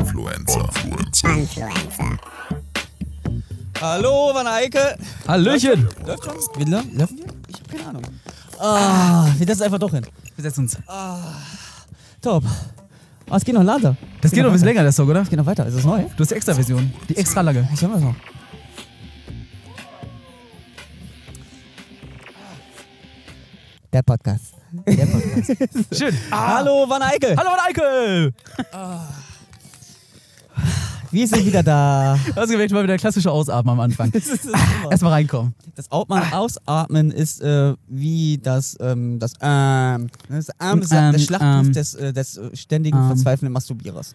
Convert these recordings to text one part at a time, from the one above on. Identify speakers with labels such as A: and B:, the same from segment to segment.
A: Influencer.
B: Hallo, Van Eike.
C: Hallöchen!
B: Läuft schon?
C: Wie lä- laufen wir?
B: Ich hab keine Ahnung.
C: Ah, wir setzen einfach doch hin.
B: Wir setzen uns.
C: Top. Ah, es geht noch lauter.
B: Das Genau. geht noch ein bisschen länger, der Song, oder?
C: Es geht noch weiter. Ist es neu?
B: Du hast die Extra-Version. Die extra lange.
C: Ich höre mal noch. Der Podcast. Der Podcast.
B: Schön. Ah.
C: Hallo, Van Eike.
B: Hallo, Eike!
C: Wir sind wieder da.
B: Das ist geweckt mal wieder klassische Ausatmen am Anfang.
C: Das, ist super.
B: Erstmal reinkommen.
C: das Atmen, Ausatmen ist äh, wie das, ähm, das, ähm, das, ähm, das,
B: Ähm,
C: Schlachtruf
B: ähm.
C: des, äh, des äh, ständigen,
B: Ähm.
C: verzweifelnden Masturbierers.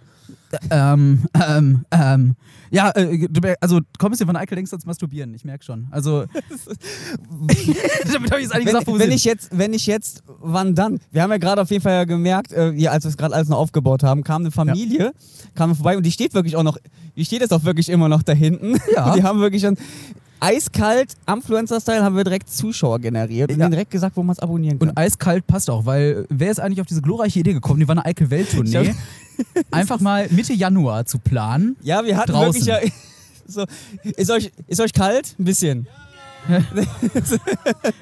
B: Ähm, ähm, ähm. Ja, äh, du mer- also kommst dir von Eikel längst ans Masturbieren, ich merke schon. Also. Damit habe ich es eigentlich
C: Wenn,
B: gesagt, wo wir
C: wenn,
B: sind.
C: ich jetzt, wenn ich jetzt, wann dann? Wir haben ja gerade auf jeden Fall ja gemerkt, äh, hier, als wir es gerade alles noch aufgebaut haben, kam eine Familie, kam vorbei und die steht wirklich auch noch, die steht jetzt auch wirklich immer noch da hinten.
B: Ja.
C: Und die haben wirklich schon eiskalt, Influencer-Style, haben wir direkt Zuschauer generiert und
B: Ja.
C: denen direkt gesagt, wo man es abonnieren kann.
B: Und eiskalt passt auch, weil wer ist eigentlich auf diese glorreiche Idee gekommen, die war eine Eikel-Welt-Tournee, einfach mal Mitte Januar zu planen?
C: ja, wir hatten
B: draußen.
C: wirklich ja. So, ist, euch, ist euch kalt? Ein bisschen.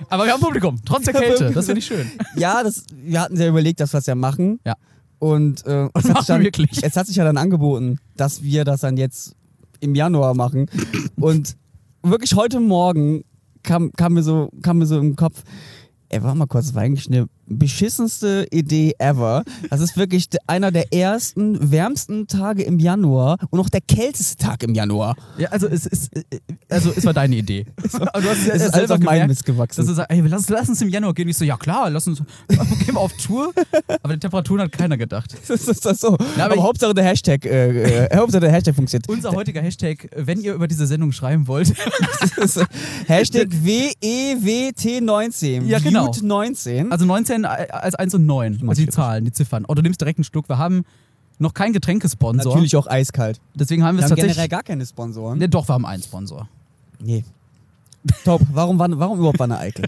B: Aber wir haben Publikum, trotz der Kälte, das finde ich schön.
C: Ja, das, wir hatten sehr überlegt, dass wir das ja machen.
B: Ja.
C: Und, äh, es,
B: machen
C: hat sich dann,
B: wirklich.
C: es hat sich ja dann angeboten, dass wir das dann jetzt im Januar machen. Und wirklich heute Morgen kam, kam, mir, so, kam mir so im Kopf, ey, warte mal kurz, das war eigentlich eine beschissenste Idee ever. Das ist wirklich de- einer der ersten, wärmsten Tage im Januar und auch der kälteste Tag im Januar.
B: Ja, also es ist, äh, also es war deine Idee. Aber du hast es ja
C: Es ist alles
B: selber
C: auf meinen
B: gemerkt,
C: Mist gewachsen.
B: dass du sagst, ey, lass, lass uns im Januar gehen. Ich so, ja klar, lass uns, gehen wir auf Tour. Aber die Temperaturen hat keiner gedacht.
C: Das ist das so.
B: Na, aber
C: aber
B: ich-
C: Hauptsache der Hashtag, äh, äh, Hauptsache der Hashtag funktioniert.
B: Unser heutiger Hashtag, wenn ihr über diese Sendung schreiben wollt,
C: Hashtag E WEWT19.
B: Ja, genau.
C: Mute 19.
B: also 19 als 1 und 9, also die Zahlen, die Ziffern. Oh, du nimmst direkt einen Schluck. Wir haben noch keinen Getränkesponsor.
C: Natürlich auch eiskalt.
B: Deswegen haben wir
C: Wir
B: es
C: haben generell
B: tatsächlich...
C: gar keine Sponsoren.
B: Ne, doch, wir haben einen Sponsor.
C: Nee. Top. Warum, war, warum überhaupt war eine Eikel?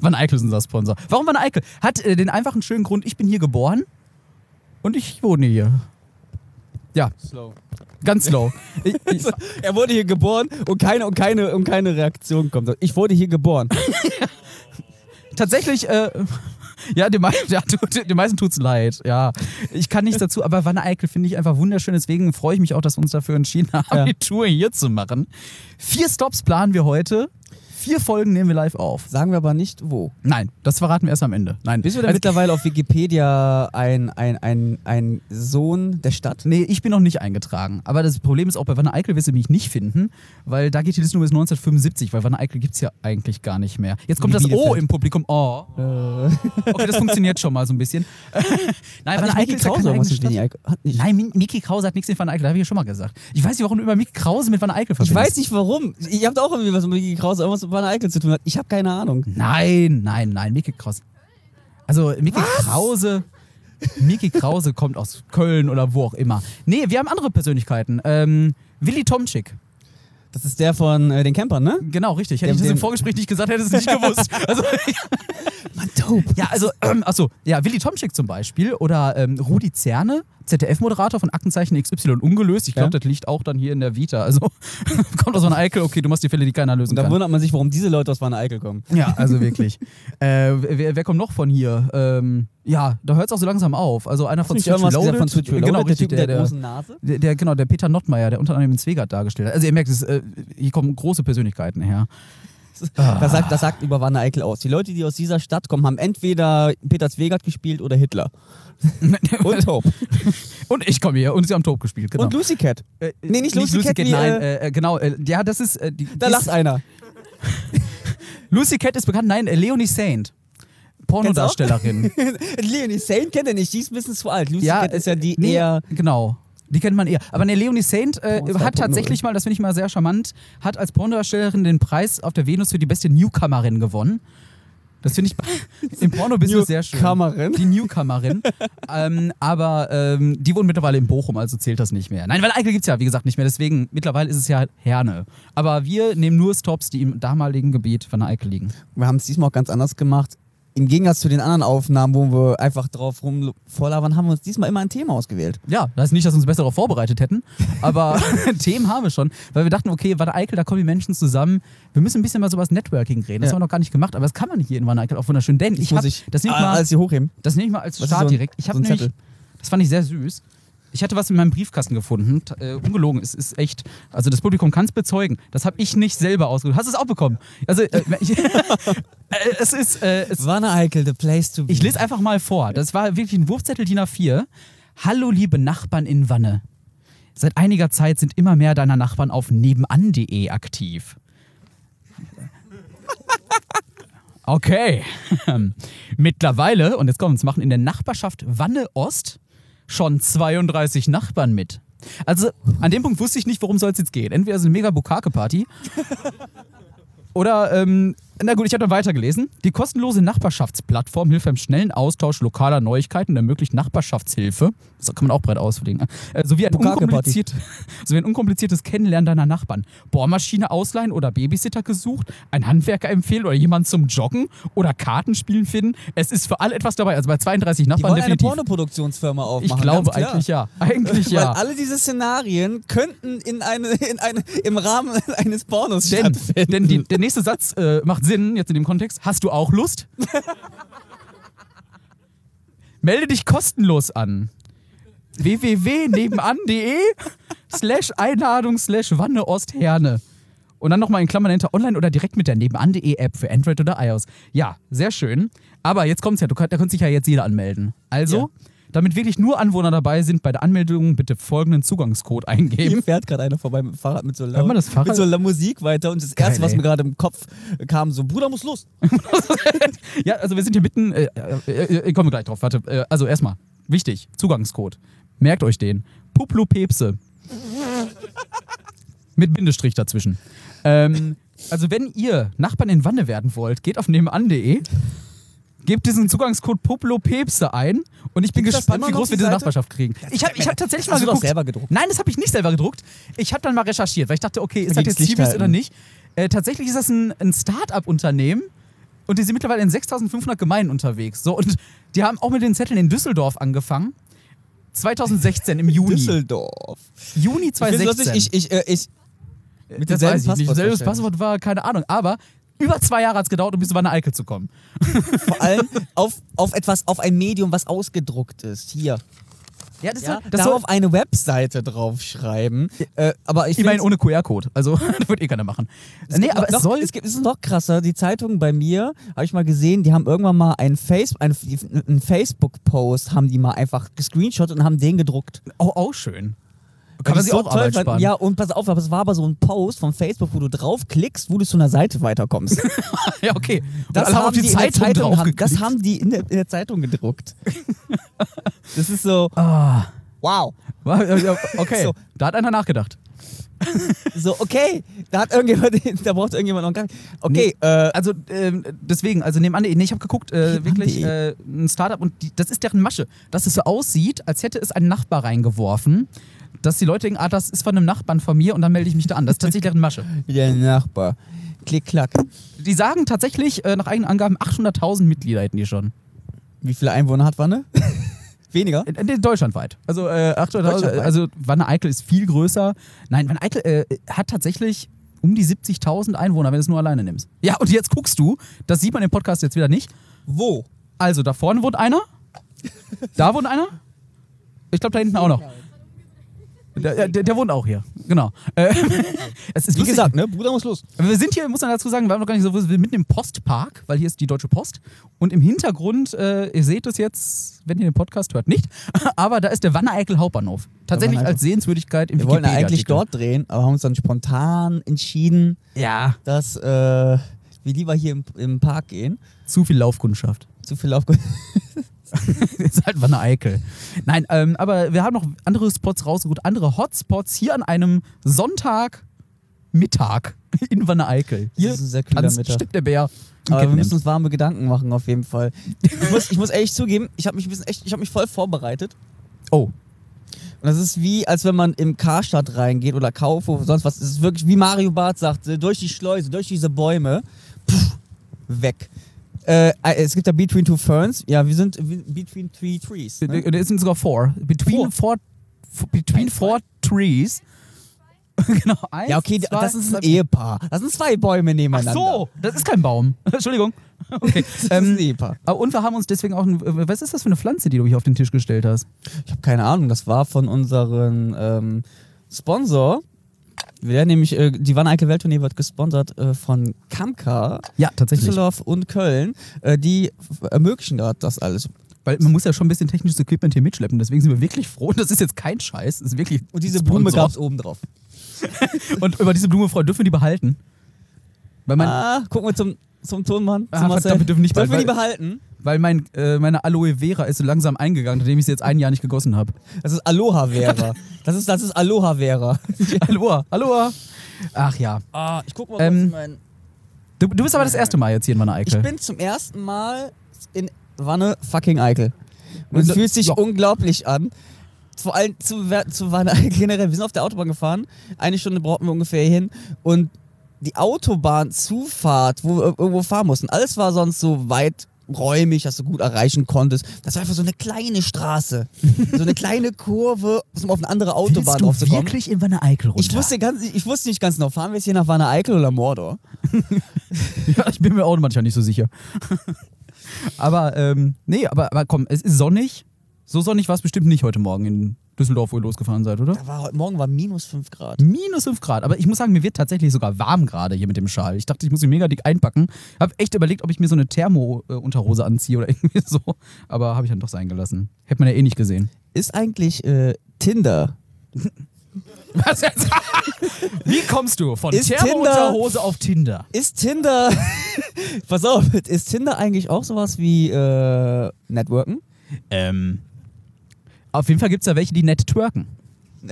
B: Van Eickel ist unser Sponsor. Warum Van Eickel? Hat äh, den einfachen schönen Grund, ich bin hier geboren und ich wohne hier. Ja, ganz slow. ich, ich,
C: Er wurde hier geboren und keine, und, keine, und keine Reaktion kommt. Ich wurde hier geboren.
B: tatsächlich, äh, ja, den, mei ja, tut- den meisten tut's leid. Ja, ich kann nichts dazu, aber Van Eickel finde ich einfach wunderschön. Deswegen freue ich mich auch, dass wir uns dafür entschieden haben,
C: Ja.
B: die Tour hier zu machen. Vier Stops planen wir heute. Vier Folgen nehmen wir live auf.
C: Sagen wir aber nicht wo. Also
B: Nein, das verraten wir erst am Ende. Nein,
C: Bist du denn
B: Also,
C: mittlerweile auf Wikipedia ein, ein, ein, ein Sohn der Stadt?
B: Nee, ich bin noch nicht eingetragen. Aber das Problem ist auch, bei Wanne Eickel wirst du mich nicht finden, weil da geht die Liste nur bis 1975, weil Wanne Eickel gibt's ja eigentlich gar nicht mehr. Jetzt kommt
C: Wie
B: das O
C: Bielefeld.
B: im Publikum. Oh. Okay, das funktioniert schon mal so ein bisschen. Nein, Wanne Eickel ist ja keine eigene Stadt.
C: Hat nicht.
B: Nein, Mi- Mickey Krause hat nichts mit Van Eickel, das habe ich ja schon mal gesagt. Ich weiß nicht, warum du immer Mickey Krause mit Van Eickel
C: Ich
B: verbindest.
C: weiß nicht warum. Ihr habt auch irgendwie was mit Mickey Krause, irgendwas mit Van Eikel zu tun hat. Ich habe keine Ahnung.
B: Nein, nein, nein, Mickey Krause. Also Mickey Krause. Mickey Krause kommt aus Köln oder wo auch immer. Nee, wir haben andere Persönlichkeiten. Ähm, Willi Tomczyk.
C: Das ist der von äh, den Campern, ne?
B: Genau, richtig. Hätte
C: Ja,
B: ich das
C: den-
B: im Vorgespräch nicht gesagt, hätte ich es nicht gewusst. Also,
C: Mann, dope.
B: ja, also, ähm, achso, ja, Willi Tomczyk zum Beispiel oder ähm, Rudi Zerne, ZDF-Moderator von Aktenzeichen XY ungelöst. Ich glaube,
C: Ja.
B: das liegt auch dann hier in der Vita. Also, kommt aus so einer Eikel, okay, du machst die Fälle, die keiner lösen
C: Und da
B: kann.
C: wundert man sich, warum diese Leute aus Van Eickel kommen.
B: Ja, also wirklich. äh, wer, wer kommt noch von hier? Ähm, ja, da hört es auch so langsam auf. Also einer von
C: Nicht
B: Switch
C: irgendwas gesagt
B: Reloaded.
C: von Switch Reloaded,
B: Genau,
C: der
B: richtig,
C: Typ mit
B: der,
C: der
B: der,
C: großen Nase.
B: der, der, genau, der Peter Nottmeier, der unter anderem in Zwegert dargestellt hat. Also ihr merkt, es, äh, hier kommen große Persönlichkeiten her.
C: Das sagt, das sagt über Wanne Eickel aus. Die Leute, die aus dieser Stadt kommen, haben entweder Peter Zwegert gespielt oder Hitler. Und Hope.
B: Und ich komme hier und sie haben Top gespielt, genau.
C: Und Lucy Cat.
B: Äh,
C: Nee, nicht Lucy Cat, wie,
B: nein, äh, äh, genau, äh, ja, das ist, äh, die,
C: Da
B: die
C: lacht
B: ist,
C: einer.
B: Lucy Cat ist bekannt, nein, äh, Leonie Saint, Pornodarstellerin.
C: Leonie Saint kennt er nicht, die ist ein bisschen zu alt. Lucy
B: ja,
C: Cat ist ja halt die
B: nee,
C: eher.
B: genau. Die kennt man eher. Aber ne, Leonie Saint äh,
C: Pornstar
B: hat
C: 2.0.
B: tatsächlich mal, das finde ich mal sehr charmant, hat als Pornodarstellerin den Preis auf der Venus für die beste Newcomerin gewonnen. Das finde ich bei- im Porno-Business sehr schön.
C: Newcomerin.
B: Die Newcomerin. ähm, aber ähm, die wohnen mittlerweile in Bochum, also zählt das nicht mehr. Nein, weil Eichel gibt es ja, wie gesagt, nicht mehr. Deswegen, mittlerweile ist es ja Herne. Aber wir nehmen nur Stops, die im damaligen Gebiet von der Eichel liegen.
C: Wir haben es diesmal auch ganz anders gemacht. im Gegensatz zu den anderen Aufnahmen, wo wir einfach drauf rum vorlabern, haben wir uns diesmal immer ein Thema ausgewählt.
B: Ja, das heißt nicht, dass wir uns besser darauf vorbereitet hätten, aber Themen haben wir schon, weil wir dachten, okay, Wanne Eickel, da kommen die Menschen zusammen. Wir müssen ein bisschen mal so über das Networking reden. Das
C: Ja.
B: haben wir noch gar nicht gemacht, aber das kann man nicht hier in Wanne Eickel auch wunderschön, denn ich
C: muss
B: habe,
C: ich
B: das
C: äh,
B: nehme ich mal,
C: alles hier hochheben.
B: das nehm ich mal als
C: Was ist
B: Start
C: so ein-
B: direkt. Ich
C: so
B: habe
C: ein
B: nämlich,
C: Zettel?
B: das fand ich sehr süß. Ich hatte was in meinem Briefkasten gefunden, t- äh, ungelogen, es ist echt, also das Publikum kann es bezeugen. Das habe ich nicht selber ausgesucht. Hast du es auch bekommen? Also äh, ich, äh, es ist, äh, es
C: Wanne Eickel, the place to be.
B: ich lese einfach mal vor. Das war wirklich ein Wurfzettel DIN A4. Hallo, liebe Nachbarn in Wanne. Seit einiger Zeit sind immer mehr deiner Nachbarn auf nebenan.de aktiv. Okay. Mittlerweile, und jetzt kommt's, machen in der Nachbarschaft Wanne Ost schon 32 Nachbarn mit. Also, an dem Punkt wusste ich nicht, worum soll es jetzt gehen. Entweder ist es eine mega Bukake-Party oder, ähm, na gut, ich habe dann weitergelesen. Die kostenlose Nachbarschaftsplattform hilft beim schnellen Austausch lokaler Neuigkeiten und ermöglicht Nachbarschaftshilfe. Das kann man auch breit auslegen. Äh, sowie, ein
C: Bukake-Party.
B: unkompliziert, sowie ein unkompliziertes Kennenlernen deiner Nachbarn. Bohrmaschine ausleihen oder Babysitter gesucht, ein Handwerker empfehlen oder jemand zum Joggen oder Kartenspielen finden. Es ist für alle etwas dabei. Also bei 32
C: die
B: Nachbarn
C: wollen eine
B: definitiv.
C: Pornoproduktionsfirma aufmachen.
B: ich glaube
C: ganz klar.
B: eigentlich ja. Eigentlich ja.
C: Weil alle diese Szenarien könnten in eine, in eine, im Rahmen eines Pornos
B: Denn,
C: stattfinden.
B: denn die, der nächste Satz äh, macht Sinn jetzt in dem Kontext. Hast du auch Lust? Melde dich kostenlos an. www.nebenan.de slash Einladung slash Wanne Ostherne. Und dann nochmal in Klammern hinter online oder direkt mit der nebenan.de App für Android oder iOS. Ja, sehr schön. Aber jetzt kommt's ja, du, kann- da könnte sich ja jetzt jeder anmelden. Also, damit wirklich nur Anwohner dabei sind, bei der Anmeldung bitte folgenden Zugangscode eingeben.
C: Hier fährt gerade einer vorbei mit dem Fahrrad mit so, laut,
B: man das Fahrrad?
C: mit so la- Musik weiter und das
B: Geil,
C: erste, was
B: ey.
C: mir gerade im Kopf kam, so Bruder muss los.
B: Ja, also wir sind hier mitten. Äh, äh, äh, kommen wir gleich drauf. Warte. Äh, also erstmal, wichtig: Zugangscode. Merkt euch den. Puplopepse. Mit Bindestrich dazwischen. Ähm, also, wenn ihr Nachbarn in Wanne werden wollt, geht auf nebenan.de, gebt diesen Zugangscode Puplopepse ein und ich bin
C: Gibt's das
B: gespannt,
C: immer
B: wie
C: noch,
B: groß
C: die
B: wir diese
C: Seite?
B: Nachbarschaft kriegen. Ich habe ich hab tatsächlich mal
C: Hast du doch
B: geguckt.
C: selber gedruckt?
B: Nein, das habe ich nicht selber gedruckt. Ich habe dann mal recherchiert, weil ich dachte, okay, ist das
C: ging's
B: jetzt
C: Licht
B: Zivis oder
C: halten.
B: nicht? Äh, tatsächlich ist das ein, ein Start-up-Unternehmen und die sind mittlerweile in 6500 Gemeinden unterwegs. So, und die haben auch mit den Zetteln in Düsseldorf angefangen. 2016 im Juni.
C: Düsseldorf.
B: Juni
C: Ich find's
B: 2016.
C: lustig, ich, ich, äh, ich, mit
B: das
C: demselben
B: weiß ich nicht. Selbes
C: wahrscheinlich.
B: Passwort war, keine Ahnung. Aber über zwei Jahre hat es gedauert, um bis zu Wanne Eickel zu kommen.
C: Vor allem auf, auf etwas, auf ein Medium, was ausgedruckt ist. Hier.
B: Ja, das
C: Ja?
B: das
C: da
B: so,
C: auf eine Webseite draufschreiben. Äh, aber ich
B: ich meine,
C: find's-
B: ohne QR-Code. Also, das wird eh keiner machen.
C: Es
B: nee,
C: gibt
B: aber
C: noch,
B: es soll.
C: Es gibt, es ist noch krasser. Die Zeitungen bei mir, habe ich mal gesehen, die haben irgendwann mal einen, Face, einen, einen Facebook-Post, haben die mal einfach gescreenshot und haben den gedruckt.
B: oh, auch schön. Kann
C: Weil ich
B: man sich
C: so
B: auch Arbeit
C: toll fand.
B: sparen.
C: Ja, und pass auf, aber es war aber so ein Post von Facebook, wo du draufklickst, wo du zu einer Seite weiterkommst.
B: ja okay. Und alle auf die
C: in der
B: Zeitung, drauf
C: haben, das haben die in der, in der Zeitung gedruckt. das ist so, Ah. wow.
B: Okay,
C: So.
B: da hat einer nachgedacht.
C: So, okay, da hat irgendjemand, da braucht irgendjemand noch einen Kaffee. Okay, äh,
B: Also ähm, deswegen, also nebenan, nee, ich habe geguckt, äh,
C: Nebenan.de.
B: wirklich äh, ein Startup und die, das ist deren Masche, dass es so aussieht, als hätte es ein Nachbar reingeworfen, dass die Leute denken, ah, das ist von einem Nachbarn von mir und dann melde ich mich da an. Das ist tatsächlich deren Masche.
C: äh, der Nachbar. Klick, klack.
B: Die sagen tatsächlich äh, nach eigenen Angaben 800.000 Mitglieder hätten die schon.
C: Wie viele Einwohner hat Wanne? Weniger?
B: In, in Äh, deutschlandweit. Also äh, 800.000,
C: Deutschlandweit.
B: also Wanne Eickel ist viel größer. Nein, Wanne Eickel äh, hat tatsächlich um die 70.000 Einwohner, wenn du es nur alleine nimmst. Ja, und jetzt guckst du, das sieht man im Podcast jetzt wieder nicht.
C: Wo?
B: Also, da vorne wohnt einer. Da wohnt einer. Ich glaube, da hinten auch noch. Der, der, der wohnt auch hier. Genau. Äh, es ist
C: Wie gesagt, ne? Bruder muss los.
B: wir sind hier, muss man dazu sagen, wir haben noch gar nicht so, wir sind mitten im Postpark, weil hier ist die Deutsche Post. Und im Hintergrund, äh, ihr seht es jetzt, wenn ihr den Podcast hört, nicht, aber da ist der Wanne-Eickel Hauptbahnhof. Tatsächlich
C: Wanne-Eickel.
B: als Sehenswürdigkeit im
C: Wir wollten
B: Wikipedia-Artikel.
C: eigentlich dort drehen, aber haben uns dann spontan entschieden,
B: Ja,
C: dass äh, wir lieber hier im, im Park gehen.
B: zu viel Laufkundschaft.
C: Zu viel Aufgabe.
B: ist halt Wanne Eickel. Nein, ähm, aber wir haben noch andere Spots rausgeholt, andere Hotspots hier an einem Sonntagmittag in Wanne Eickel. Hier
C: Das ist ein sehr kühler
B: tanzt
C: Mittag.
B: Stipp der Bär. Ähm,
C: Aber wir
B: Catnap.
C: müssen uns warme Gedanken machen, auf jeden Fall. Ich muss, ich muss ehrlich zugeben, ich habe mich ein bisschen echt, ich habe mich voll vorbereitet.
B: oh,
C: Und das ist wie, als wenn man im Karstadt reingeht oder Kaufhof oder sonst was. Es ist äh, wirklich, wie Mario Barth sagte, durch die Schleuse, durch diese Bäume, puh, weg. Äh, es gibt ja Between Two Ferns. Ja, wir sind w- Between Three Trees. Ne?
B: Oder Es sind sogar four. Between four, f- between four trees. genau, eins,
C: Ja, okay, d-
B: zwei,
C: das ist
B: drei,
C: ein Ehepaar. Das sind zwei Bäume
B: Ach
C: nebeneinander.
B: so, das ist kein Baum. Entschuldigung. Okay.
C: Das ist ein
B: ähm,
C: Ehepaar.
B: aber und wir haben uns deswegen auch. Ein, äh, was ist das für eine Pflanze, die du hier auf den Tisch gestellt hast?
C: Ich habe keine Ahnung, das war von unserem ähm, Sponsor. Wer nämlich, äh, die Wanne Eike Welttournee wird gesponsert äh, von Kamka,
B: Ja, tatsächlich.
C: Düsseldorf und Köln. Äh, die f- ermöglichen da das alles.
B: Weil man muss ja schon ein bisschen technisches Equipment hier mitschleppen. Deswegen sind wir wirklich froh. Das ist jetzt kein Scheiß. Das ist wirklich
C: Und diese Blume
B: Sponsor.
C: gab es oben drauf.
B: Und über diese Blume, Frau, dürfen wir die behalten? Weil mein,
C: Ah, gucken wir zum, zum Tonmann.
B: Ah,
C: zum Marcel.
B: verdammt, wir dürfen nicht
C: Dürfen wir die
B: bald-
C: behalten?
B: weil mein, äh, meine Aloe Vera ist so langsam eingegangen, nachdem ich sie jetzt ein Jahr nicht gegossen habe.
C: Das ist Aloha Vera. Das ist, das ist Aloha Vera.
B: Aloha, Aloha. Ach ja.
C: Ah, ich guck mal
B: Ähm,
C: kurz in meinen.
B: Du, du bist aber das erste Mal jetzt hier in meiner Eike.
C: Ich bin zum ersten Mal in Wanne fucking Eikel. Und es
B: Und-
C: fühlt sich
B: ja.
C: unglaublich an. Vor allem zu, Wer- zu Wanne Eikel generell. Wir sind auf der Autobahn gefahren. Eine Stunde brauchten wir ungefähr hin. Und die Autobahnzufahrt, wo wir irgendwo fahren mussten, alles war sonst so weiträumig, dass du gut erreichen konntest. Das war einfach so eine kleine Straße. so eine kleine Kurve, um auf eine andere Autobahn
B: Willst du
C: draufzukommen.
B: wirklich in meiner Eike runter?
C: Ich wusste, ganz, ich wusste nicht ganz genau, fahren wir jetzt hier nach Wanne Eickel oder Mordor?
B: Ja, ich bin mir auch manchmal nicht so sicher. aber, ähm, nee, aber, aber komm, es ist sonnig. So sonnig war es bestimmt nicht heute Morgen in Düsseldorf, wo ihr losgefahren seid, oder?
C: Da war, heute Morgen war minus 5 Grad.
B: Minus 5 Grad. Aber ich muss sagen, mir wird tatsächlich sogar warm gerade hier mit dem Schal. Ich dachte, ich muss ihn mega dick einpacken. Hab echt überlegt, ob ich mir so eine Thermo-Unterhose anziehe oder irgendwie so. Aber habe ich dann doch sein gelassen. Hätte man ja eh nicht gesehen.
C: Ist eigentlich äh, Tinder?
B: Was jetzt? Wie kommst du von
C: Ist
B: Thermo-Unterhose auf Tinder?
C: Ist Tinder. Pass auf, ist Tinder eigentlich auch sowas wie äh, Networken?
B: Ähm. Auf jeden Fall gibt es da welche, die nett twerken.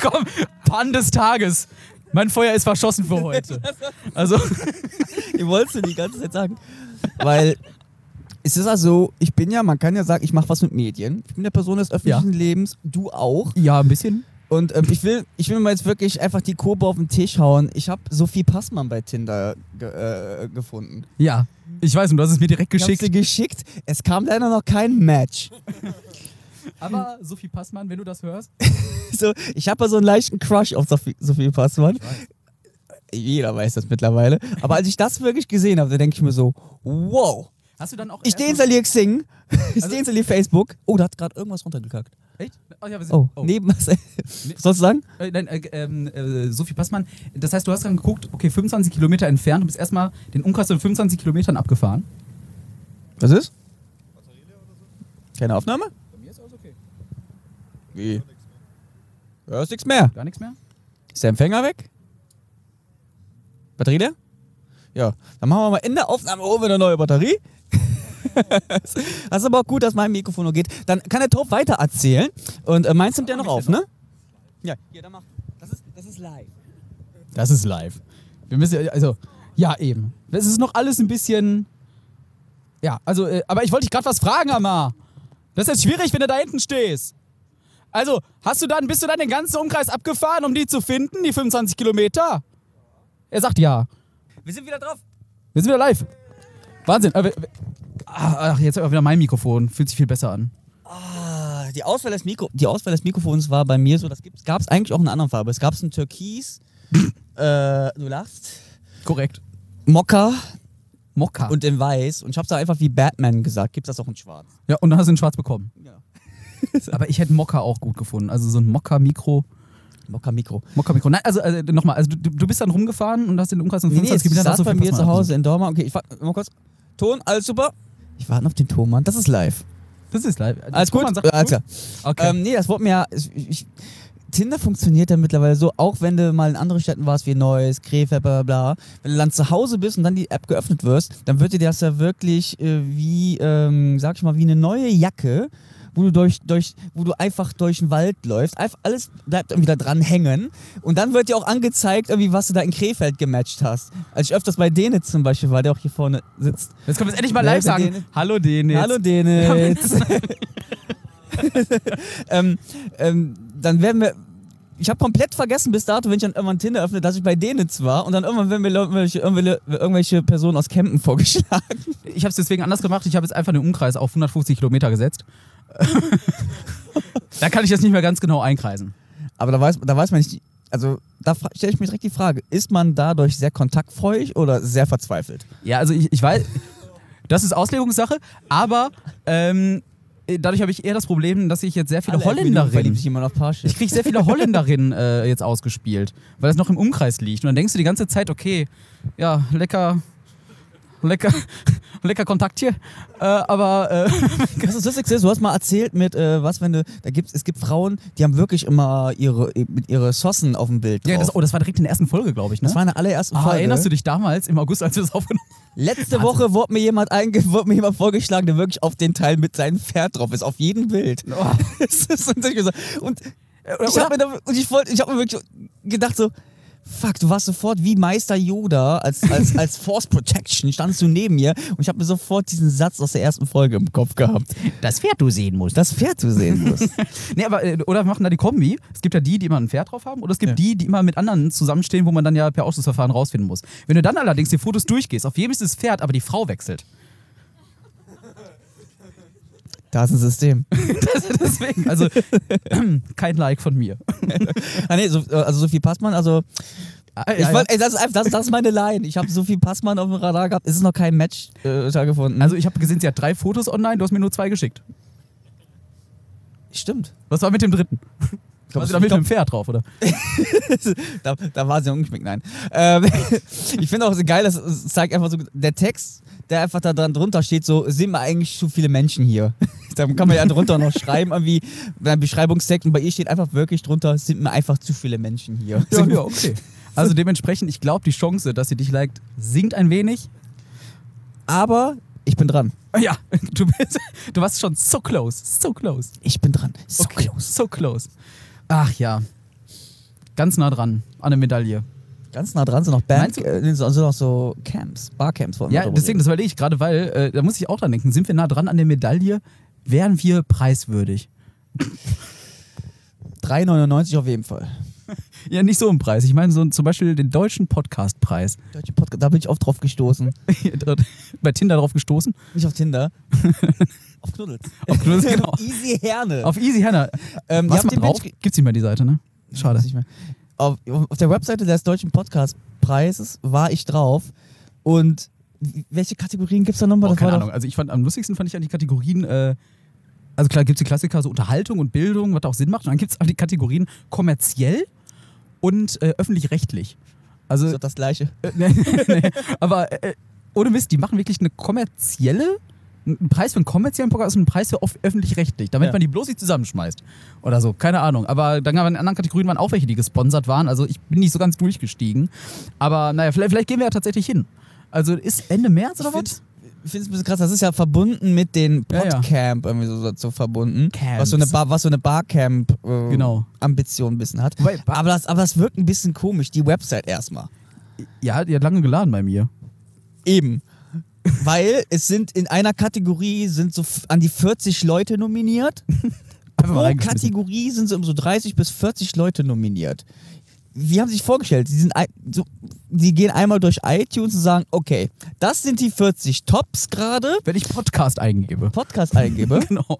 B: Komm, Pan des Tages. Mein Feuer ist verschossen für heute. Also,
C: Ich wollte es die ganze Zeit sagen. Weil es ist also, ich bin ja, man kann ja sagen, ich mache was mit Medien. Ich bin eine Person des öffentlichen Lebens, du auch.
B: ja, ein bisschen.
C: Und ähm, ich, will, ich will mir jetzt wirklich einfach die Kurve auf den Tisch hauen. Ich habe Sophie Passmann bei Tinder ge äh, gefunden.
B: Ja, ich weiß, und du hast es mir direkt
C: Ich habe
B: geschickt.
C: sie geschickt. Es kam leider noch kein Match.
B: Aber Sophie Passmann, wenn du das hörst.
C: so, ich habe ja so einen leichten Crush auf Sophie, Sophie Passmann. Jeder weiß das mittlerweile. Aber als ich das wirklich gesehen habe, da denke ich mir so, wow.
B: Hast du dann auch.
C: Ich deinstalliere Xing, ich
B: Also-
C: deinstalliere Facebook. Oh, da hat gerade irgendwas runtergekackt.
B: Echt? Oh, ja, wir sind,
C: Oh,
B: oh.
C: neben Marcel. Was sollst du sagen?
B: Äh, nein, äh, ähm, äh, Sophie Passmann. Das heißt, du hast dann geguckt, okay, 25 Kilometer entfernt und bist erstmal den Umkreis von 25 Kilometern abgefahren.
C: Was ist? Keine Aufnahme?
B: Bei mir ist alles okay.
C: Wie? Da ist nichts mehr.
B: Gar nichts mehr?
C: Ist der Empfänger weg? Batterie leer? Ja, dann machen wir mal in der Aufnahme oben eine neue Batterie. das ist aber auch gut, dass mein Mikrofon noch geht. Dann kann der Top weiter erzählen. Und äh, meins nimmt ja noch auf, ne? Ja, hier, dann mach. Das ist, das ist live.
B: Das ist live. Wir müssen ja- also ja eben. Das ist noch alles ein bisschen ja, also äh, aber ich wollte dich gerade was fragen, Amma. Das ist jetzt schwierig, wenn du da hinten stehst. Also, hast du dann bist du dann den ganzen Umkreis abgefahren, um die zu finden, die 25 Kilometer? Er sagt ja.
C: Wir sind wieder drauf.
B: Wir sind wieder live. Wahnsinn. Äh, wir- wir- Ach, jetzt habe ich wieder mein Mikrofon. Fühlt sich viel besser an.
C: Ah, Die Auswahl, des Mikro die Auswahl des Mikrofons war bei mir so, das gab es eigentlich auch in einer anderen Farbe. Es gab es in Türkis, äh, du lachst,
B: Korrekt.
C: Mokka
B: Mokka.
C: und in Weiß. Und ich hab's da einfach wie Batman gesagt. Gibt's das auch in Schwarz?
B: ja, und dann hast du ihn schwarz bekommen.
C: Ja.
B: Aber ich hätte Mokka auch gut gefunden. Also so ein Mokka-Mikro.
C: Mokka-Mikro.
B: Mokka-Mikro. Nein, also, also nochmal, also du, du bist dann rumgefahren und hast den Umkreis von
C: Nee, nee,
B: 25
C: es
B: Kilometern
C: saß
B: hast du
C: bei
B: viel
C: mir
B: Platz
C: zu
B: mehr.
C: Hause in Dortmund. Okay, ich warte mal kurz. Ton, alles super. Ich warte auf den Thomann. Das ist live.
B: Das ist live.
C: Alles
B: Guck
C: gut?
B: mal, sag-
C: Alles klar.
B: Okay.
C: Ähm, nee, das wurde mir ja... Ich, ich, Tinder funktioniert ja mittlerweile so, auch wenn du mal in anderen Städten warst, wie Neuss, Krefeld, bla bla bla. Wenn du dann zu Hause bist und dann die App geöffnet wirst, dann wird dir das ja wirklich äh, wie, ähm, sag ich mal, wie eine neue Jacke, wo du, durch, durch, wo du einfach durch den Wald läufst. Einfach alles bleibt irgendwie da dran hängen. Und dann wird dir auch angezeigt, irgendwie, was du da in Krefeld gematcht hast. Als ich öfters bei Denitz zum Beispiel war, der auch hier vorne sitzt.
B: jetzt können wir es endlich mal
C: Wer
B: live
C: ist der
B: sagen.
C: Dene?
B: Hallo Dennis.
C: Hallo Denitz. ähm, ähm, dann werden wir. ich habe komplett vergessen bis dato, wenn ich dann irgendwann Tinder öffne, dass ich bei denen war und dann irgendwann werden mir Leute- irgendwelche, irgendwelche, irgendwelche Personen aus Campen vorgeschlagen.
B: Ich habe es deswegen anders gemacht. Ich habe jetzt einfach den Umkreis auf 150 Kilometer gesetzt. da kann ich das nicht mehr ganz genau einkreisen.
C: Aber da weiß, da weiß man nicht, also da stelle ich mir direkt die Frage, ist man dadurch sehr kontaktfreudig oder sehr verzweifelt?
B: Ja, also ich, ich weiß, das ist Auslegungssache, aber ähm, dadurch habe ich eher das Problem, dass ich jetzt sehr viele
C: verliebt
B: Holländerinnen.
C: sich jemand auf Parship.
B: Ich kriege sehr viele Holländerinnen äh, jetzt ausgespielt, weil das noch im Umkreis liegt. Und dann denkst du die ganze Zeit, okay, ja, lecker, lecker, lecker Kontakt hier. Äh, aber äh,
C: Das ist lustig, Sis, du hast mal erzählt mit, äh, was wenn du, da gibt's, es gibt Frauen, die haben wirklich immer ihre, mit ihre Sossen auf dem Bild drauf.
B: ja, das, oh, das war direkt in der ersten Folge, glaube ich. Ne?
C: Das war in der allerersten
B: ah,
C: Folge.
B: erinnerst du dich damals im August, als wir das aufgenommen haben?
C: Letzte Woche wurde mir, jemand einge wurde mir jemand vorgeschlagen, der wirklich auf den Teil mit seinem Pferd drauf ist, auf jedem Bild. Es ist natürlich gesagt. Und ich
B: Oh. Äh, oder?
C: habe mir, da- und ich wollte- ich hab mir wirklich gedacht so, fuck, du warst sofort wie Meister Yoda als, als, als Force Protection, standst du neben mir und ich habe mir sofort diesen Satz aus der ersten Folge im Kopf gehabt.
B: Das Pferd du sehen musst.
C: Das Pferd du sehen musst.
B: Nee, aber, äh, oder wir machen da die Kombi. Es gibt ja die, die immer ein Pferd drauf haben, oder es gibt
C: Ja.
B: die, die immer mit anderen zusammenstehen, wo man dann ja per Ausschlussverfahren rausfinden muss. Wenn du dann allerdings die Fotos durchgehst, auf jedem ist das Pferd, aber die Frau wechselt.
C: Da ist ein System.
B: Das, deswegen, also kein Like von mir.
C: Ah, nee, so, also Sophie Passmann, also
B: Ah,
C: ich
B: ja,
C: wollt, ey, das, ist einfach, das, das ist meine Line. Ich habe Sophie Passmann auf dem Radar gehabt. Es ist noch kein Match äh, da gefunden.
B: ja. Also ich habe gesehen, sie hat drei Fotos online, du hast mir nur zwei geschickt.
C: stimmt.
B: Was war mit dem dritten?
C: glaub,
B: war
C: es-
B: sie da mit dem Pferd drauf, oder?
C: da, da war sie ungeschminkt, nein. Ähm, ich finde auch so geil, das zeigt einfach so, der Text, der einfach da dran drunter steht, so, sind wir eigentlich zu viele Menschen hier? Dann kann man ja drunter noch schreiben, irgendwie, ein Beschreibungstext, und bei ihr steht einfach wirklich drunter, sind mir einfach zu viele Menschen hier.
B: Ja, ja, okay. Also dementsprechend, ich glaube, die Chance, dass sie dich liked, sinkt ein wenig. Ah,
C: Aber ich bin dran.
B: Ja, du, bist, du warst schon so close, so close.
C: Ich bin dran. So
B: Okay,
C: close.
B: So close. Ach ja. Ganz nah dran an der Medaille.
C: Ganz nah dran sind noch Bands,
B: Meinst du-
C: äh, nee, sind noch so Camps, Barcamps. wollten wir
B: Ja,
C: drüber reden.
B: deswegen, das überlege ich gerade, weil äh, da muss ich auch dran denken. Sind wir nah dran an der Medaille? Wären wir preiswürdig?
C: 3,99 auf jeden Fall.
B: Ja, nicht so einen Preis. Ich meine, so ein- zum Beispiel den deutschen Podcastpreis.
C: Deutsche Podcast, da bin ich oft drauf gestoßen.
B: Dort Bei Tinder drauf gestoßen.
C: Nicht auf Tinder. auf Knuddels.
B: Auf Knuddels, genau.
C: Easy Herne.
B: Auf Easy Hanna.
C: Ähm, ihr
B: Was
C: habt
B: mal
C: den
B: drauf?
C: Pitch ge-
B: Gibt's nicht mehr die Seite, ne? Schade.
C: Weiß ich Nicht mehr. Auf, auf der Webseite des Deutschen Podcastpreises war ich drauf. Und w- welche Kategorien gibt es da nochmal?
B: Boah,
C: Das war
B: keine
C: doch-
B: Ahnung. Also ich fand am lustigsten fand ich ja die Kategorien, äh, also klar gibt es die Klassiker, so Unterhaltung und Bildung, was da auch Sinn macht. Und dann gibt es auch die Kategorien kommerziell und äh, öffentlich-rechtlich.
C: Das
B: Also,
C: ist doch das gleiche.
B: äh, nee, nee, aber äh, ohne Mist, die machen wirklich eine kommerzielle, einen Preis für einen kommerziellen Podcast und einen Preis für off- öffentlich-rechtlich, damit
C: Ja.
B: man die bloß nicht zusammenschmeißt. Oder so, keine Ahnung. Aber dann waren in anderen Kategorien waren auch welche, die gesponsert waren. Also ich bin nicht so ganz durchgestiegen. Aber naja, vielleicht, vielleicht gehen wir ja tatsächlich hin. Also ist Ende März oder
C: Ich
B: was?
C: Ich finde es ein bisschen krass. Das ist ja verbunden mit dem
B: Ja, ja.
C: Podcamp, irgendwie so, so, so verbunden.
B: Camps.
C: Was so eine, Bar, was so eine Barcamp-Ambition äh,
B: Genau.
C: Ambition ein bisschen hat.
B: Wobei-
C: aber, das, aber das wirkt ein bisschen komisch, die Website erstmal.
B: Ja, die hat lange geladen bei mir.
C: Eben. Weil es sind in einer Kategorie sind so f- an die 40 Leute nominiert.
B: Einfach
C: Pro
B: reingeschmissen.
C: Kategorie sind so um so 30 bis 40 Leute nominiert. Wie haben sie sich vorgestellt? Sie, sind, ei- so, sie gehen einmal durch iTunes und sagen, okay, das sind die 40 Tops gerade,
B: Wenn ich Podcast eingebe.
C: Podcast eingebe,
B: Genau.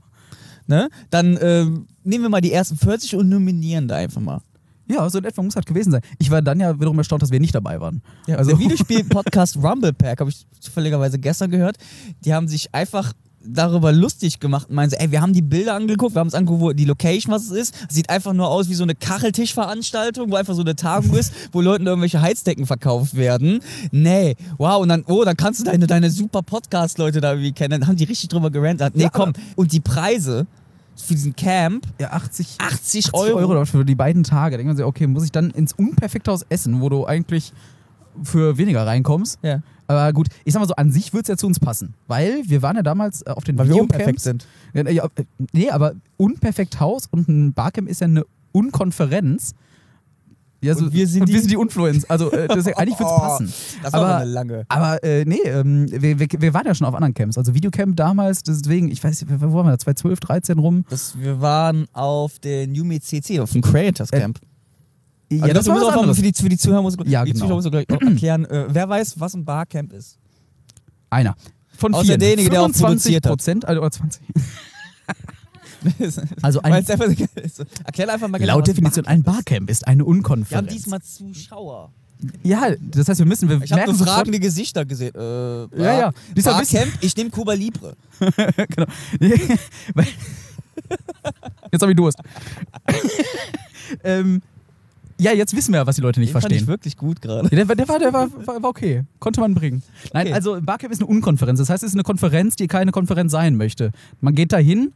C: ne? dann ähm, nehmen wir mal die ersten 40 und nominieren da einfach mal.
B: Ja, so in etwa muss halt gewesen sein. Ich war dann ja wiederum erstaunt, dass wir nicht dabei waren.
C: Ja,
B: also
C: der Videospiel-Podcast Rumble Pack habe ich zufälligerweise gestern gehört. Die haben sich einfach darüber lustig gemacht und meinen so, ey, wir haben die Bilder angeguckt, wir haben uns angeguckt, wo die Location, was es ist. Sieht einfach nur aus wie so eine Kacheltischveranstaltung, wo einfach so eine Tagung ist, wo Leuten irgendwelche Heizdecken verkauft werden. Nee, wow, und dann, oh, dann kannst du deine, deine super Podcast-Leute da irgendwie kennen. Dann haben die richtig drüber gerendert. Nee,
B: Ja,
C: komm. Und die Preise für diesen Camp,
B: ja, 80,
C: 80,
B: 80 Euro.
C: Euro.
B: für die beiden Tage. Da denkt man sich, okay, muss ich dann ins Unperfekthaus essen, wo du eigentlich für weniger reinkommst?
C: Ja,
B: Aber gut, ich sag mal so, an sich würde es ja zu uns passen. Weil wir waren ja damals äh, auf den
C: weil wir
B: Videocamps.
C: unperfekt sind.
B: Ja, ja, äh, nee, aber unperfekt Haus und ein Barcamp ist ja eine Unkonferenz. Ja,
C: Und wir sind
B: und
C: die-
B: wir sind die Influencer. Also äh, das, eigentlich würde
C: Oh,
B: es passen.
C: Das war
B: aber,
C: aber eine lange.
B: aber äh, nee, ähm, wir, wir, wir waren ja schon auf anderen Camps. Also Videocamp damals, deswegen, ich weiß, nicht, wo waren wir da? 2012, 13 rum.
C: Das, wir waren auf den Yumi CC, auf dem Creators Camp. Ja, das,
B: Äh, das war
C: muss
B: was
C: auch mal
B: anderes.
C: für die, für die Zuhörer muss,
B: Ja,
C: für die
B: genau.
C: Zuschauer muss gleich auch erklären, äh, wer weiß, was ein Barcamp ist.
B: Einer. Von
C: Außer
B: vielen.
C: derjenige, der auch
B: 25
C: produziert hat.
B: Prozent, also, oder 20. Also
C: Weil
B: ein,
C: es einfach, erklär einfach mal genau.
B: laut
C: was ein
B: Definition,
C: Barcamp
B: ein Barcamp ist eine
C: ist. Wir haben
B: Unkonferenz.
C: diesmal Zuschauer.
B: ja, das heißt, wir müssen, wir
C: Ich habe
B: merken
C: nur
B: sofort,
C: fragende Gesichter gesehen. Äh,
B: Ja, ja. Dieser Wiss-
C: Barcamp, ich nehme Cuba Libre.
B: genau. Weil- jetzt habe ich Durst. ähm, ja, jetzt wissen wir ja, was die Leute nicht
C: Den fand ich
B: verstehen.
C: wirklich gut gerade.
B: Ja, der, war- der, war, der war, war, war okay. Konnte man bringen. Nein,
C: Okay.
B: also Barcamp ist eine Unkonferenz. Das heißt, es ist eine Konferenz, die keine Konferenz sein möchte. Man geht da hin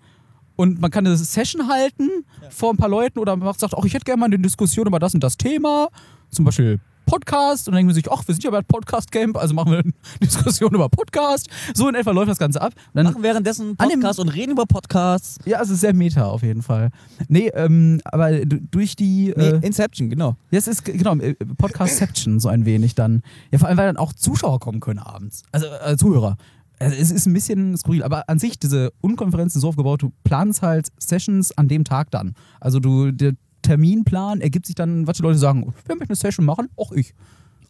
B: und man kann eine Session halten vor ein paar Leuten oder man macht- sagt, ach, ich hätte gerne mal eine Diskussion über das und das Thema. Zum Beispiel Podcast. Und dann denken wir sich, ach, wir sind ja bei Podcast Camp, also machen wir eine Diskussion über Podcast. So in etwa läuft das Ganze ab. Und dann
C: Machen währenddessen einen
B: An dem-
C: Podcast und reden über Podcasts.
B: ja, also sehr meta auf jeden Fall. Nee, ähm, aber du- durch die.
C: Nee,
B: äh,
C: Inception, genau.
B: ja, es ist ge- genau äh, Podcastception so ein wenig dann. Ja, vor allem, weil dann auch Zuschauer kommen können abends. Also äh, Zuhörer. Also, es ist ein bisschen skurril, aber an sich, diese Unkonferenzen sind so aufgebaut, du planst halt Sessions an dem Tag dann. Also du, der Terminplan ergibt sich dann, was die Leute sagen, wer möchte eine Session machen? Auch ich.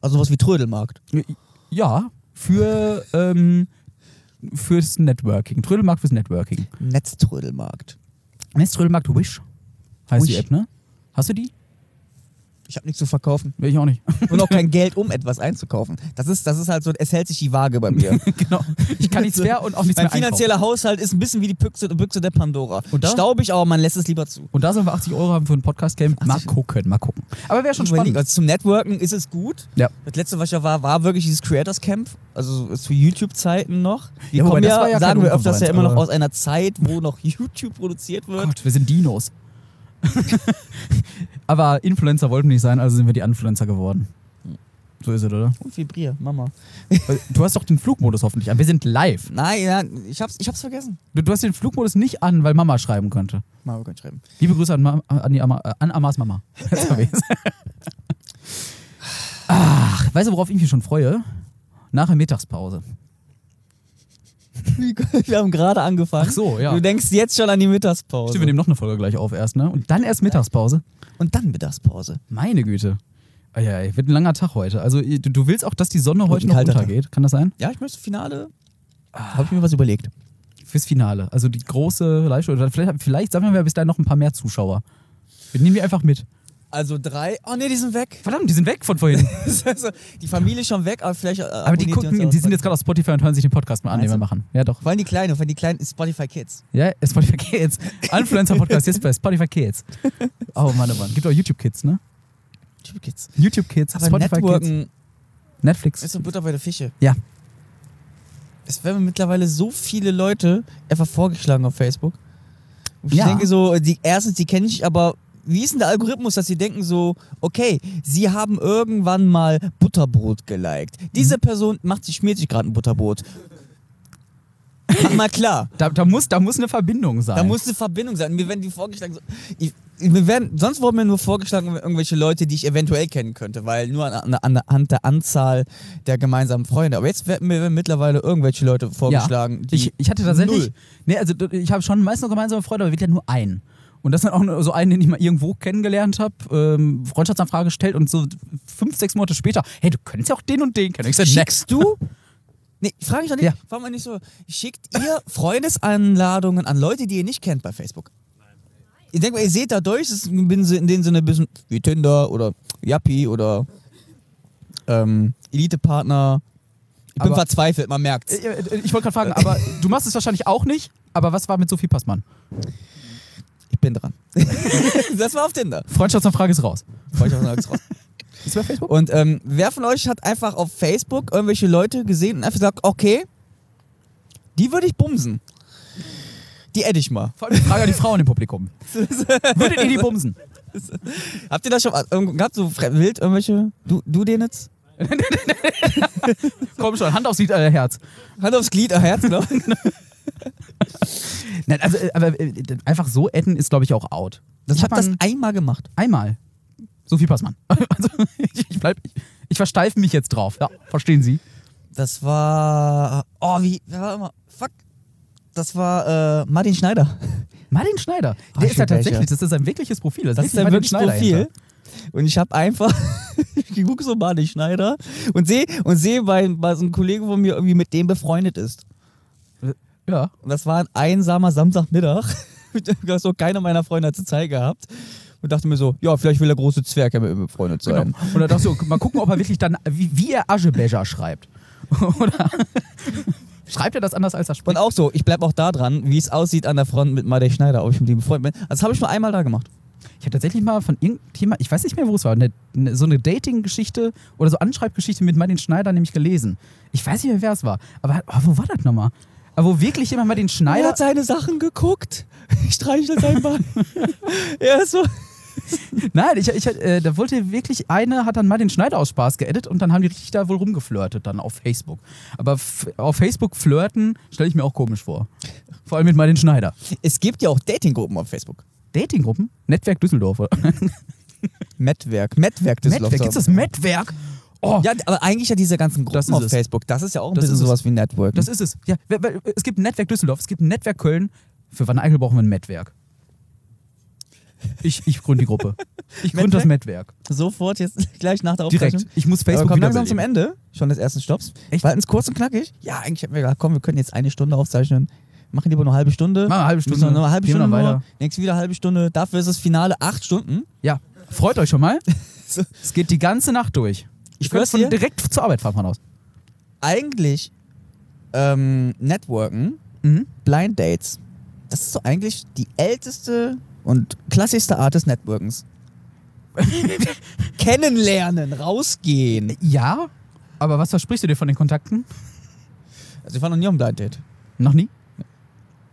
C: Also was wie Trödelmarkt.
B: Ja, für, ähm, fürs Networking. Trödelmarkt fürs Networking.
C: Netztrödelmarkt.
B: Netztrödelmarkt Wish heißt die
C: Wish.
B: App, ne? Hast du die?
C: Ich habe nichts zu verkaufen.
B: Will ich auch nicht.
C: Und auch kein Geld, um etwas einzukaufen. Das ist, das ist halt so, es hält sich die Waage bei mir.
B: genau. Ich kann nichts mehr und auch nichts
C: mein
B: mehr einkaufen.
C: finanzieller Haushalt ist ein bisschen wie die Büchse, Büchse der Pandora.
B: Und da-
C: Staubig, aber man lässt es lieber zu.
B: Und da sollen wir 80 Euro haben für ein Podcast-Camp. Mal gucken, mal gucken. Aber wäre schon
C: Überleg,
B: spannend.
C: also zum Networken ist es gut.
B: Ja.
C: Das letzte, was ja war, war wirklich dieses Creators Camp, also zu YouTube-Zeiten noch. Wir
B: Ja, wobei,
C: kommen
B: das
C: ja,
B: war ja
C: sagen
B: keine
C: wir öfters ja
B: Konferenz,
C: immer noch
B: aber-
C: aus einer Zeit, wo noch YouTube produziert wird.
B: Gott, wir sind Dinos. Aber Influencer wollten wir nicht sein, also sind wir die Influencer geworden. So ist es, oder?
C: Und vibrier, Mama.
B: Du hast doch den Flugmodus hoffentlich an. Wir sind live.
C: Nein, ja, ich hab's, ich hab's vergessen.
B: Du, du hast den Flugmodus nicht an, weil Mama schreiben könnte.
C: Mal kann schreiben.
B: Liebe Grüße an, Ma an, die Ama äh, an Amas Mama. Jetzt hab ich's. Ach, weißt du, worauf ich mich schon freue? Nach der Mittagspause.
C: Wir haben gerade angefangen.
B: Ach so, ja.
C: Du denkst jetzt schon an die Mittagspause.
B: Stimmt, wir nehmen noch eine Folge gleich auf erst, ne? Und dann erst Mittagspause.
C: Und dann Mittagspause.
B: Meine Güte. Ah Ja, ey, wird ein langer Tag heute. Also du, du willst auch, dass die Sonne heute
C: ein
B: noch
C: kalter Tag.
B: untergeht. Kann das sein?
C: Ja, ich möchte Finale. Habe ich mir was überlegt.
B: Fürs Finale. Also die große Leistung. Oder vielleicht, vielleicht sammeln wir bis dahin noch ein paar mehr Zuschauer. Wir nehmen die einfach mit.
C: Also drei. Oh nee, die sind weg.
B: Verdammt, die sind weg von vorhin.
C: Also, die Familie ist schon weg, aber vielleicht. äh,
B: Aber die gucken, die sind jetzt gerade auf Spotify und hören sich den Podcast mal an, den wir
C: Also.
B: machen. Ja, doch.
C: Vor allem die Kleinen, vor allem die kleinen Spotify Kids.
B: Ja, Spotify Kids. Influencer Podcast jetzt bei Spotify Kids. Oh Mann, oh Mann. Gibt auch YouTube Kids, ne?
C: YouTube Kids.
B: YouTube Kids,
C: Aber
B: Spotify Kids,
C: Networken
B: Netflix.
C: ist so Butter bei der Fische.
B: Ja.
C: Es werden mir mittlerweile so viele Leute einfach vorgeschlagen auf Facebook. Und ich
B: Ja.
C: denke so, die, erstens, die kenne ich, aber wie ist denn der Algorithmus, dass sie denken so, okay, sie haben irgendwann mal Butterbrot geliked. Diese
B: Mhm.
C: Person macht sich, schmiert sich gerade ein Butterbrot. Mach mal klar.
B: Da, da, muss, da muss eine Verbindung sein.
C: Da muss eine Verbindung sein. Mir werden die vorgeschlagen. so- Ich, mir werden, sonst wurden mir nur vorgeschlagen irgendwelche Leute, die ich eventuell kennen könnte, weil nur an, an, anhand der Anzahl der gemeinsamen Freunde. Aber jetzt werden mir mittlerweile irgendwelche Leute vorgeschlagen. die
B: ich, ich hatte tatsächlich.
C: null.
B: Nee, also d- ich habe schon meist noch gemeinsame Freunde, aber wirklich nur einen. Und das ist dann auch so einen, den ich mal irgendwo kennengelernt habe, ähm, Freundschaftsanfrage gestellt und so fünf, sechs Monate später, hey, du könntest ja auch den und den kennen. Ich sag, next.
C: Schickst du? Nee, frage ich doch nicht.
B: Ja.
C: Frag mal nicht so. Schickt ihr Freundesanladungen an Leute, die ihr nicht kennt bei Facebook? Ihr denkt mal, ihr seht da durch, das ist in so- in dem Sinne ein bisschen wie Tinder oder Yappi oder ähm, Elite-Partner. Ich bin
B: Aber-
C: verzweifelt, man merkt's.
B: Ich, Äh, ich wollte gerade fragen, aber du machst es wahrscheinlich auch nicht, aber was war mit Sophie Passmann?
C: Ich bin dran. das war auf Tinder.
B: Freundschaftsanfrage ist raus.
C: Wollte ich auch sagen, ist raus.
B: Ist bei Facebook?
C: Und ähm, wer von euch hat einfach auf Facebook irgendwelche Leute gesehen und einfach gesagt, okay, die würde ich bumsen. Die edde ich mal.
B: Vor allem die Frage an die Frauen im Publikum. Würdet ihr die bumsen?
C: Habt ihr das schon mal ähm, gehabt, so fre- wild irgendwelche? Du, du den jetzt?
B: Komm schon, Hand aufs Lied, äh, Herz.
C: Hand aufs Glied, ah, Herz, ne?
B: Nein, also, äh, aber äh, einfach so adden ist, glaube ich, auch out.
C: Das
B: Ich
C: hab
B: hab
C: das
B: mal-
C: einmal gemacht.
B: Einmal. Sophie Passmann. Also, ich, ich, bleib, ich, ich versteife mich jetzt drauf. Ja, verstehen Sie?
C: Das war. Oh, wie. Wer war immer? Fuck. Das war äh, Martin Schneider.
B: Martin Schneider. Der
C: Ah,
B: ist ja
C: schön, welcher.
B: tatsächlich, das ist ein wirkliches Profil. Das,
C: Das
B: ist
C: ist ein
B: Martin
C: wirkliches
B: Schneider
C: Profil.
B: hinter.
C: Und ich habe einfach, ich gucke so mal den Schneider und sehe, und seh, weil, weil so ein Kollege von mir irgendwie mit dem befreundet ist.
B: Ja.
C: Und das war ein einsamer Samstagmittag. so keiner meiner Freunde hat zur Zeit gehabt. Und dachte mir so, ja, vielleicht will der große Zwerg ja mit mir befreundet sein.
B: Genau. Und da dachte ich, so, mal gucken, ob er wirklich dann, wie, wie er Aschebecher schreibt. Oder schreibt er das anders als er
C: Und
B: spricht?
C: auch so, ich bleib auch da dran, wie es aussieht an der Front mit Madej Schneider, ob ich mit ihm befreundet bin. Also Das habe ich nur einmal da gemacht.
B: Ich habe tatsächlich mal von irgendjemand, ich weiß nicht mehr, wo es war, eine, eine, so eine Dating-Geschichte oder so Anschreibgeschichte mit Martin Schneider nämlich gelesen. Ich weiß nicht mehr, wer es war. Aber oh, wo war das nochmal? Aber wo wirklich jemand Martin Schneider.
C: seine Sachen geguckt. Ich streichle sein Bein. er ist so.
B: Nein, ich, ich, äh, da wollte wirklich eine, hat dann mal den Schneider aus Spaß geedit und dann haben die richtig da wohl rumgeflirtet dann auf Facebook. Aber f- auf Facebook flirten stelle ich mir auch komisch vor. Vor allem mit mal den Schneider.
C: Es gibt ja auch Datinggruppen auf Facebook.
B: Datinggruppen? Netzwerk Düsseldorf. oder?
C: Mettwerk. Mettwerk des
B: Netzwerk, gibt's das Netzwerk? Oh,
C: Ja, aber eigentlich ja diese ganzen Gruppen
B: Das ist
C: auf
B: es.
C: Facebook. Das ist ja auch ein
B: Das
C: bisschen
B: ist es.
C: sowas wie Network.
B: das ist es. Ja, wer- wer- es gibt ein Netzwerk Düsseldorf, es gibt ein Netzwerk Köln. Für Van Eickel brauchen wir ein Netzwerk. Ich, ich gründe die Gruppe. Ich gründe das Netzwerk.
C: Sofort jetzt gleich nach der Aufzeichnung.
B: Direkt. Ich muss
C: Aber
B: Facebook
C: kommen langsam zum
B: wiederbeleben.
C: Ende schon des ersten Stopps.
B: Echt?
C: Halten es kurz und knackig. Ja, eigentlich hätten wir gedacht, komm, wir können jetzt eine Stunde aufzeichnen. Machen lieber nur eine halbe Stunde.
B: Machen wir eine halbe
C: Müssen
B: Stunde.
C: Noch eine halbe
B: Gehen wir
C: Stunde
B: noch
C: nur.
B: weiter.
C: Nächstes wieder eine halbe Stunde. Dafür ist das Finale acht Stunden.
B: Ja, freut euch schon mal.
C: So.
B: Es geht die ganze Nacht durch.
C: Ich
B: Ich würde
C: schwör's dir.
B: von direkt zur Arbeit fahren von aus.
C: Eigentlich ähm, Networken,
B: Mhm.
C: Blind Dates. Das ist so eigentlich die älteste und klassischste Art des Networkens. Kennenlernen, rausgehen.
B: Ja, aber was versprichst du dir von den Kontakten?
C: Also ich war noch nie auf einem Blind Date.
B: Noch nie?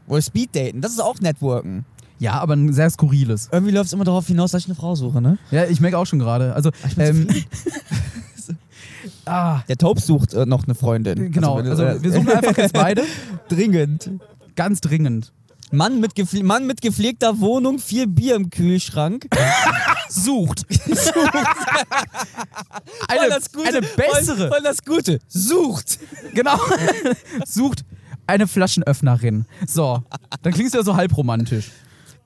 C: Oder Speeddaten, das ist auch Networken.
B: Ja, aber ein sehr skurriles.
C: Irgendwie läuft es immer darauf hinaus, dass ich eine Frau suche, ne?
B: Ja, ich merke auch schon gerade. Also,
C: ich bin
B: ähm, ah,
C: Der Taub sucht äh, noch eine Freundin.
B: genau.
C: wenn-
B: Also,
C: äh,
B: wir suchen einfach jetzt beide.
C: dringend.
B: Ganz dringend.
C: Mann mit, gepfle Mann mit gepflegter Wohnung, viel Bier im Kühlschrank.
B: Sucht.
C: Voll
B: eine,
C: das Gute,
B: eine
C: Voll,
B: bessere.
C: voll das Gute. Sucht.
B: Genau. Sucht eine Flaschenöffnerin. So, dann klingst du ja so halbromantisch.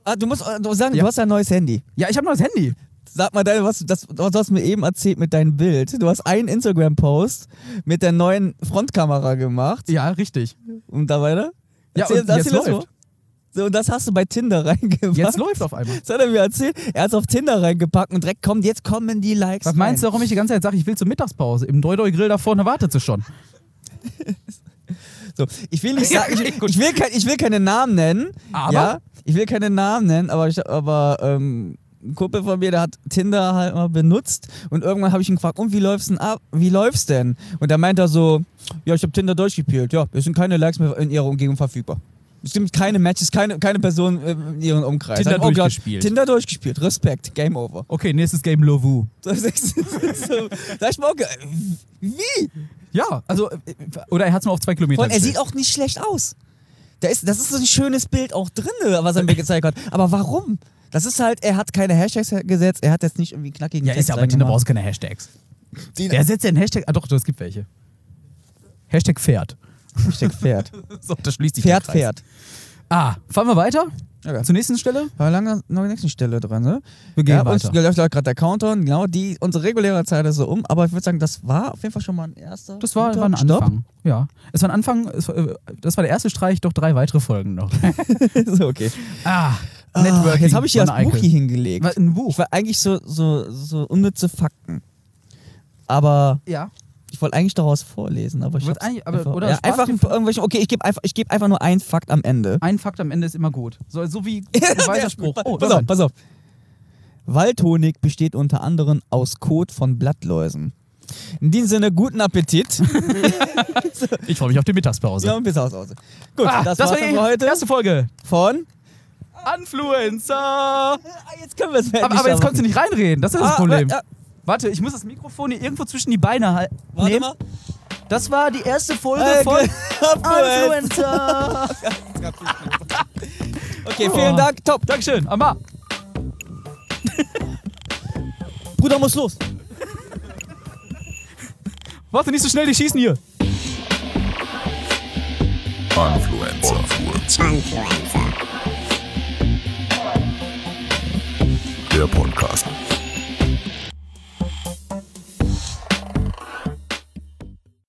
C: Ah, du musst äh, du sagen,
B: Ja.
C: du hast ja ein neues Handy.
B: Ja, ich habe noch das Handy.
C: Sag mal, deine, was, das, was du hast mir eben erzählt mit deinem Bild. Du hast einen Instagram-Post mit der neuen Frontkamera gemacht.
B: Ja, richtig.
C: Und da weiter?
B: Ja,
C: Erzähl-
B: und
C: erzähl
B: jetzt
C: das
B: läuft.
C: So. so, und das hast du bei Tinder reingemacht.
B: Jetzt läuft auf einmal.
C: Das hat er mir erzählt. Er hat es auf Tinder reingepackt und direkt kommt, jetzt kommen die Likes.
B: Was meinst du,
C: rein.
B: warum ich die ganze Zeit sage, ich will zur Mittagspause? Im Doi-Doi-Grill da vorne wartet sie schon.
C: So, ich will nicht
B: Ja,
C: sagen,
B: okay,
C: ich,
B: gut.
C: ich, will kein, ich will keine Namen nennen.
B: Aber?
C: Ja, ich will keine Namen nennen, aber, ich, aber ähm, ein Kumpel von mir, der hat Tinder halt mal benutzt und irgendwann habe ich ihn gefragt, und wie läuft's denn ab? Wie läuft's denn? Und da meint er so, ja, ich habe Tinder durchgespielt. Ja, es sind keine Likes mehr in ihrer Umgebung verfügbar. Es gibt keine Matches, keine, keine Person äh, in ihrem Umkreis.
B: Tinder
C: Dann, oh Gott,
B: durchgespielt.
C: Tinder durchgespielt. Respekt. Game over.
B: Okay, nächstes Game Lovu.
C: Das ist, das ist so, da hab ich mir auch gedacht, wie?
B: Ja, also, äh, oder er hat es nur auf zwei Kilometer.
C: Vor allem, er
B: gestellt.
C: sieht auch nicht schlecht aus. Da ist, das ist so ein schönes Bild auch drin, was er mir gezeigt hat. Aber warum? Das ist halt, er hat keine Hashtags gesetzt, er hat jetzt nicht irgendwie knackigen
B: ja, ist ja aber Tinder brauchst keine Hashtags. Wer setzt denn Hashtag? Ah, doch, es gibt welche. Hashtag Pferd.
C: Hashtag Pferd.
B: So, das schließt sich
C: Pferd,
B: der Kreis.
C: Pferd.
B: Ah, fahren wir weiter?
C: Okay.
B: Zur nächsten Stelle?
C: War lange noch der nächsten Stelle dran, ne?
B: Wir gehen
C: ja, uns
B: weiter.
C: läuft gerade der Counter, und genau, die, unsere reguläre Zeit ist so um, aber ich würde sagen, das war auf jeden Fall schon mal ein erster.
B: Das war,
C: guter
B: war ein
C: Stopp.
B: Anfang. Ja. Es war ein Anfang, es war, äh, das war der erste Streich, doch drei weitere Folgen noch.
C: so, okay.
B: ah,
C: Ah, jetzt habe ich hier
B: von
C: das Buch
B: Eike.
C: hier hingelegt.
B: Was, Ein Buch.
C: Ich war eigentlich so, so, so unnütze Fakten. Aber
B: Ja.
C: Ich wollte eigentlich daraus vorlesen, aber ich
B: Wollt
C: hab's
B: eigentlich- aber-
C: einfach,
B: oder
C: ja,
B: spart
C: einfach
B: dir-
C: ein- irgendwelche. Okay, ich gebe einfach, ich geb einfach nur einen Fakt am Ende.
B: Ein Fakt am Ende ist immer gut. So, so wie
C: Der-
B: ein weiser Spruch. Oh,
C: pass
B: da
C: auf,
B: rein.
C: pass auf. Waldhonig besteht unter anderem aus Kot von Blattläusen. In diesem Sinne, guten Appetit.
B: ich freue mich auf die Mittagspause.
C: ja, und bis aus. Gut,
B: Ah,
C: das, war's dann
B: die
C: für heute
B: erste Folge.
C: von.
B: Influencer!
C: Ah, Jetzt können wir es
B: Aber, aber jetzt konntest du nicht reinreden, das ist das
C: Ah,
B: Problem.
C: aber, ja.
B: Warte, äh, ich muss das Mikrofon hier irgendwo zwischen die Beine halten.
C: Warte mal.
B: Das war die erste Folge
C: Äh,
B: von
C: Influencer.
B: Influencer!
C: Okay, vielen Dank. Top.
B: Oh. Dankeschön, Amma!
C: Bruder muss los.
B: Warte, nicht so schnell, die schießen hier!
A: Influencer. Der Podcast.